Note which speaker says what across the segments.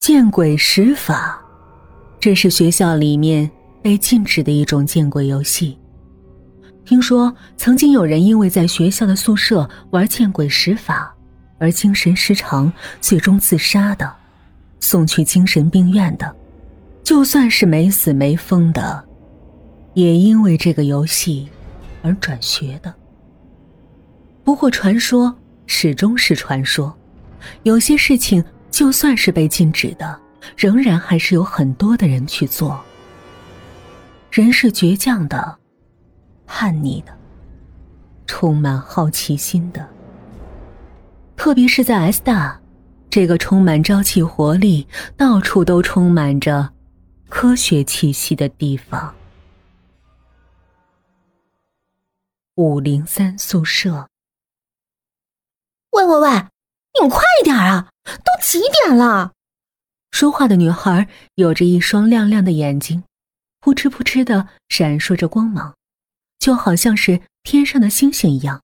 Speaker 1: 见鬼使法，这是学校里面被禁止的一种见鬼游戏。听说曾经有人因为在学校的宿舍玩见鬼使法，而精神失常，最终自杀的，送去精神病院的，就算是没死没疯的，也因为这个游戏而转学的。不过传说始终是传说，有些事情就算是被禁止的，仍然还是有很多的人去做。人是倔强的。叛逆的，充满好奇心的，特别是在 S 大这个充满朝气活力、到处都充满着科学气息的地方——五零三宿舍。
Speaker 2: 喂喂喂，你们快点啊！都几点了？
Speaker 1: 说话的女孩有着一双亮亮的眼睛，扑哧扑哧的闪烁着光芒。就好像是天上的星星一样，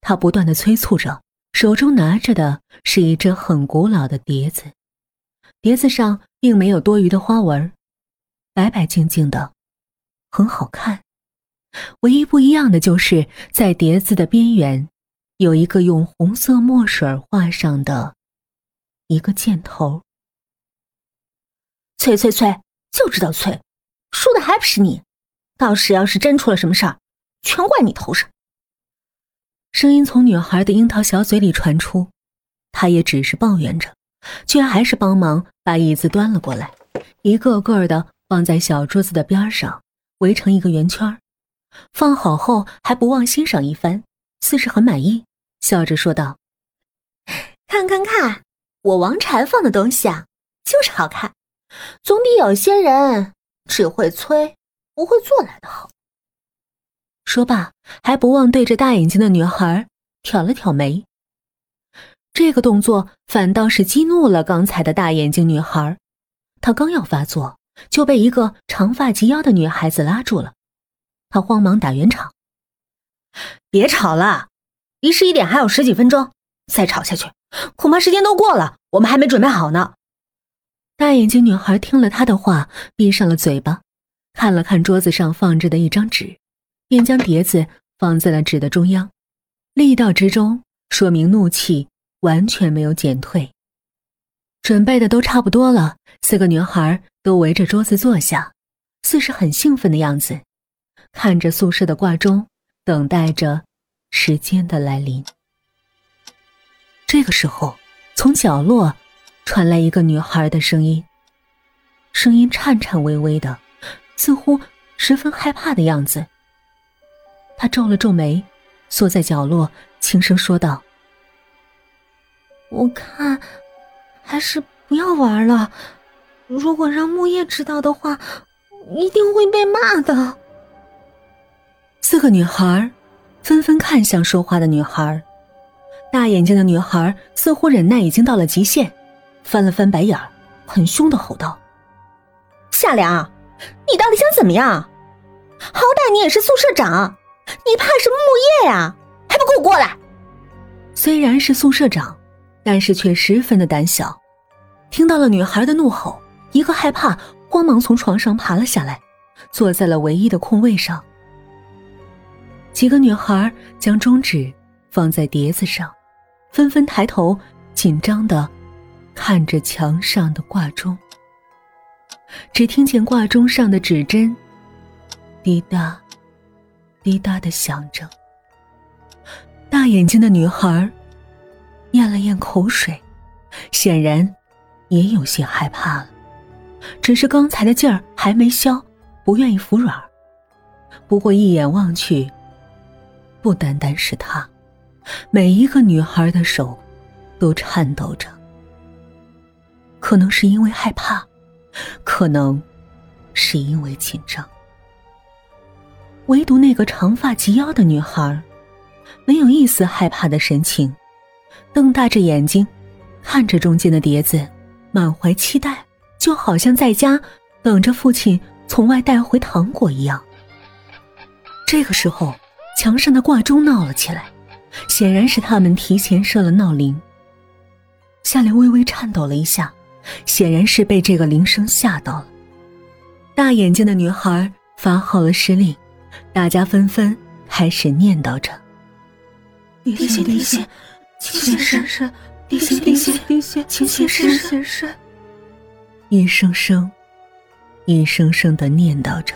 Speaker 1: 他不断的催促着，手中拿着的是一只很古老的碟子，碟子上并没有多余的花纹，白白净净的，很好看。唯一不一样的就是在碟子的边缘有一个用红色墨水画上的一个箭头。
Speaker 2: 催催催，就知道催，输的还不是你！到时要是真出了什么事儿，全怪你头上。
Speaker 1: 声音从女孩的樱桃小嘴里传出，她也只是抱怨着，却还是帮忙把椅子端了过来，一个个的放在小桌子的边上，围成一个圆圈放好后还不忘欣赏一番，似是很满意，笑着说道：“
Speaker 2: 看看看，我王禅放的东西啊，就是好看，总比有些人只会催。”不会做来的好。
Speaker 1: 说罢，还不忘对着大眼睛的女孩挑了挑眉。这个动作反倒是激怒了刚才的大眼睛女孩，她刚要发作，就被一个长发及腰的女孩子拉住了。她慌忙打圆场：“
Speaker 3: 别吵了，离十一点还有十几分钟，再吵下去，恐怕时间都过了，我们还没准备好呢。”
Speaker 1: 大眼睛女孩听了她的话，闭上了嘴巴。看了看桌子上放着的一张纸，便将碟子放在了纸的中央，力道之中说明怒气完全没有减退。准备的都差不多了，四个女孩都围着桌子坐下，似是很兴奋的样子，看着宿舍的挂钟，等待着时间的来临。这个时候，从角落传来一个女孩的声音，声音颤颤巍巍的。似乎十分害怕的样子，他皱了皱眉，缩在角落，轻声说道：“
Speaker 2: 我看还是不要玩了。如果让木叶知道的话，一定会被骂的。”
Speaker 1: 四个女孩纷纷看向说话的女孩，大眼睛的女孩似乎忍耐已经到了极限，翻了翻白眼儿，很凶的吼道：“
Speaker 3: 夏良！”你到底想怎么样？好歹你也是宿舍长，你怕什么木叶呀、啊？还不给我过来！
Speaker 1: 虽然是宿舍长，但是却十分的胆小。听到了女孩的怒吼，一个害怕，慌忙从床上爬了下来，坐在了唯一的空位上。几个女孩将中指放在碟子上，纷纷抬头，紧张的看着墙上的挂钟。只听见挂钟上的指针滴答滴答的响着。大眼睛的女孩咽了咽口水，显然也有些害怕了，只是刚才的劲儿还没消，不愿意服软。不过一眼望去，不单单是她，每一个女孩的手都颤抖着，可能是因为害怕。可能是因为紧张，唯独那个长发及腰的女孩，没有一丝害怕的神情，瞪大着眼睛看着中间的碟子，满怀期待，就好像在家等着父亲从外带回糖果一样。这个时候，墙上的挂钟闹了起来，显然是他们提前设了闹铃。夏莲微微颤抖了一下。显然是被这个铃声吓到了。大眼睛的女孩发号了施令，大家纷纷开始念叨着：“
Speaker 4: 地心地心，请现身！地心地心地心，请现身！”
Speaker 1: 一声声，一声声的念叨着，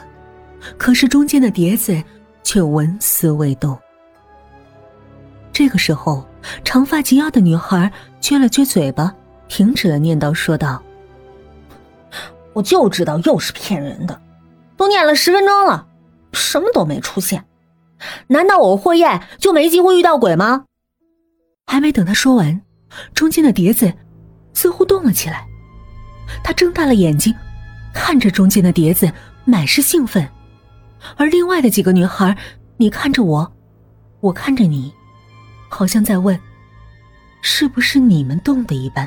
Speaker 1: 可是中间的碟子却纹丝未动。这个时候，长发及腰的女孩撅了撅嘴巴，停止了念叨，说道：“
Speaker 3: 我就知道又是骗人的，都念了十分钟了，什么都没出现。难道我霍燕就没机会遇到鬼吗？”
Speaker 1: 还没等她说完，中间的碟子似乎动了起来。她睁大了眼睛，看着中间的碟子，满是兴奋；而另外的几个女孩，你看着我，我看着你。好像在问：“是不是你们动的？”一般，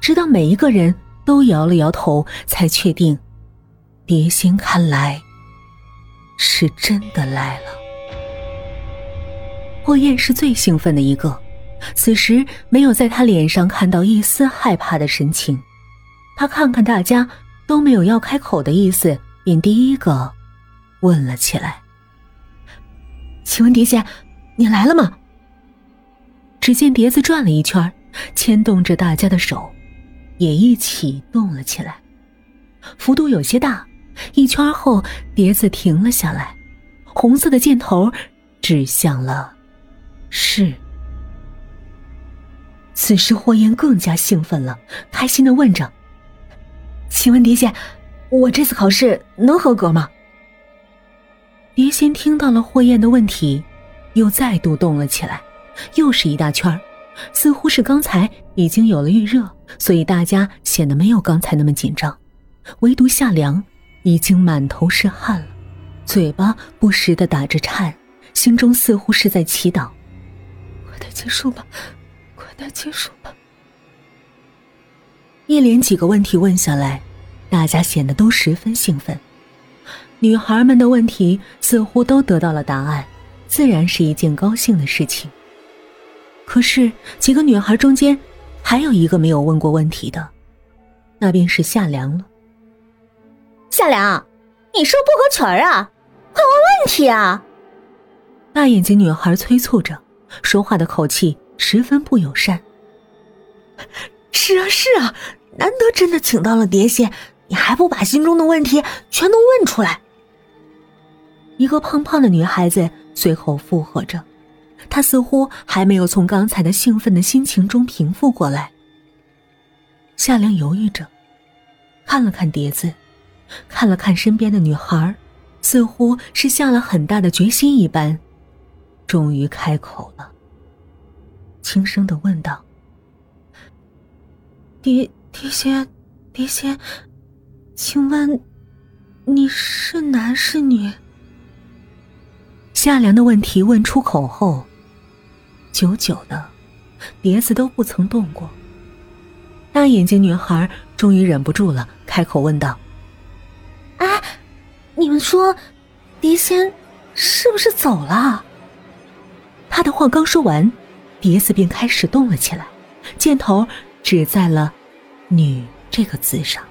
Speaker 1: 直到每一个人都摇了摇头，才确定，碟仙看来是真的来了。霍燕是最兴奋的一个，此时没有在他脸上看到一丝害怕的神情。他看看大家都没有要开口的意思，便第一个问了起来：“
Speaker 3: 请问碟仙，你来了吗？”
Speaker 1: 只见碟子转了一圈，牵动着大家的手，也一起动了起来，幅度有些大。一圈后，碟子停了下来，红色的箭头指向了是。此时，霍烟更加兴奋了，开心的问着：“
Speaker 3: 请问碟仙，我这次考试能合格吗？”
Speaker 1: 碟仙听到了霍燕的问题，又再度动了起来。又是一大圈儿，似乎是刚才已经有了预热，所以大家显得没有刚才那么紧张。唯独夏凉已经满头是汗了，嘴巴不时的打着颤，心中似乎是在祈祷：“
Speaker 4: 快点结束吧，快点结束吧。”
Speaker 1: 一连几个问题问下来，大家显得都十分兴奋。女孩们的问题似乎都得到了答案，自然是一件高兴的事情。可是几个女孩中间，还有一个没有问过问题的，那便是夏凉了。
Speaker 3: 夏凉，你是不合群儿啊？快问问题啊！
Speaker 1: 大眼睛女孩催促着，说话的口气十分不友善。
Speaker 3: 是啊，是啊，难得真的请到了碟仙，你还不把心中的问题全都问出来？
Speaker 1: 一个胖胖的女孩子随口附和着。他似乎还没有从刚才的兴奋的心情中平复过来。夏凉犹豫着，看了看碟子，看了看身边的女孩，似乎是下了很大的决心一般，终于开口了，轻声的问道：“
Speaker 4: 碟碟仙，碟仙，请问你是男是女？”
Speaker 1: 夏凉的问题问出口后。久久的，碟子都不曾动过。大眼睛女孩终于忍不住了，开口问道：“
Speaker 3: 哎、啊，你们说，碟仙是不是走了？”
Speaker 1: 她的话刚说完，碟子便开始动了起来，箭头指在了“女”这个字上。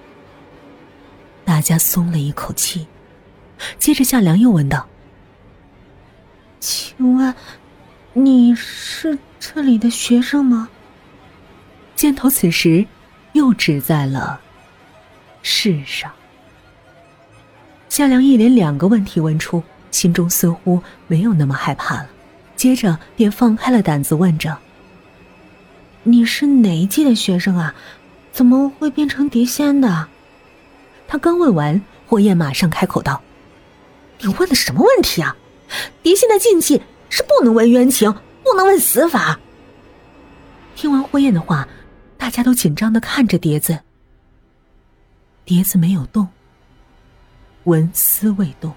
Speaker 1: 大家松了一口气。接着，夏凉又问道：“
Speaker 4: 请问？”你是这里的学生吗？
Speaker 1: 箭头此时又指在了“是”上。夏凉一连两个问题问出，心中似乎没有那么害怕了，接着便放开了胆子问着：“
Speaker 4: 你是哪一届的学生啊？怎么会变成碟仙的？”
Speaker 1: 他刚问完，霍燕马上开口道：“
Speaker 3: 你问的什么问题啊？碟仙的禁忌。”是不能问冤情，不能问死法。
Speaker 1: 听完霍燕的话，大家都紧张的看着碟子。碟子没有动，纹丝未动。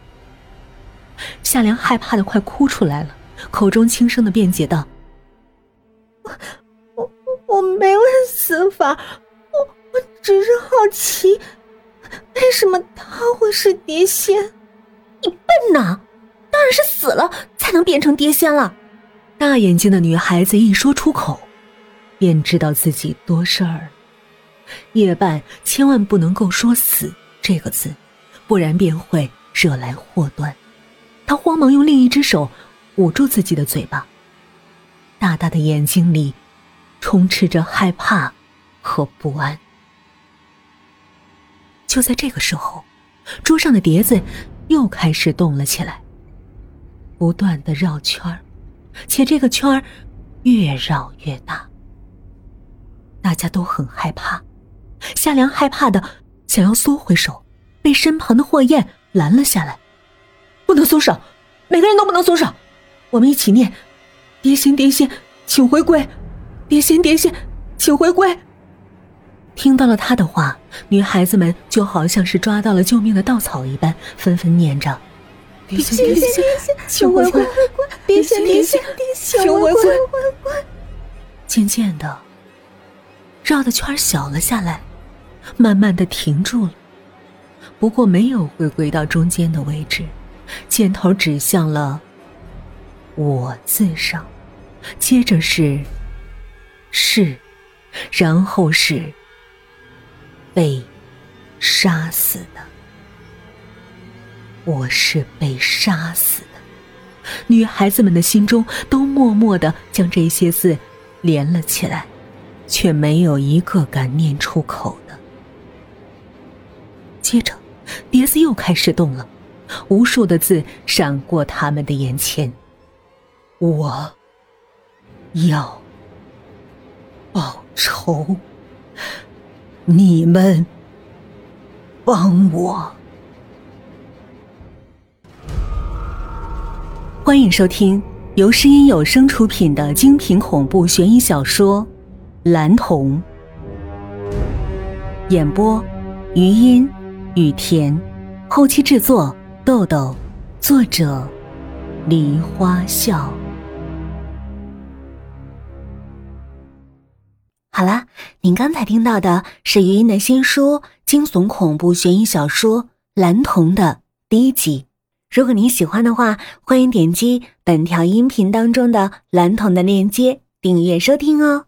Speaker 1: 夏凉害怕的快哭出来了，口中轻声的辩解道：“
Speaker 4: 我我我没问死法，我我只是好奇，为什么他会是碟仙？
Speaker 3: 你笨呐！”当然是死了才能变成碟仙了。
Speaker 1: 大眼睛的女孩子一说出口，便知道自己多事儿。夜半千万不能够说“死”这个字，不然便会惹来祸端。他慌忙用另一只手捂住自己的嘴巴，大大的眼睛里充斥着害怕和不安。就在这个时候，桌上的碟子又开始动了起来，不断的绕圈儿，且这个圈儿越绕越大。大家都很害怕，夏良害怕的想要缩回手，被身旁的霍燕拦了下来。
Speaker 3: 不能松手，每个人都不能松手。我们一起念：“碟仙，碟仙，请回归；碟仙，碟仙，请回归。”
Speaker 1: 听到了他的话，女孩子们就好像是抓到了救命的稻草一般，纷纷念着：“
Speaker 3: 碟仙，碟仙，请回归；
Speaker 4: 碟仙，碟仙，请回归。”
Speaker 1: 渐渐的，绕的圈小了下来，慢慢的停住了。不过没有回归到中间的位置。箭头指向了“我”字上，接着是“是”，然后是被杀死的。我是被杀死的。女孩子们的心中都默默的将这些字连了起来，却没有一个敢念出口的。接着，碟子又开始动了。无数的字闪过他们的眼前，我要报仇，你们帮我。欢迎收听由诗音有声出品的精品恐怖悬疑小说《蓝瞳》，演播：余音、雨田，后期制作。豆豆，作者梨花笑。
Speaker 2: 好啦，您刚才听到的是余音的新书惊悚恐怖悬疑小说《蓝瞳》的第一集。如果您喜欢的话，欢迎点击本条音频当中的《蓝瞳》的链接订阅收听哦。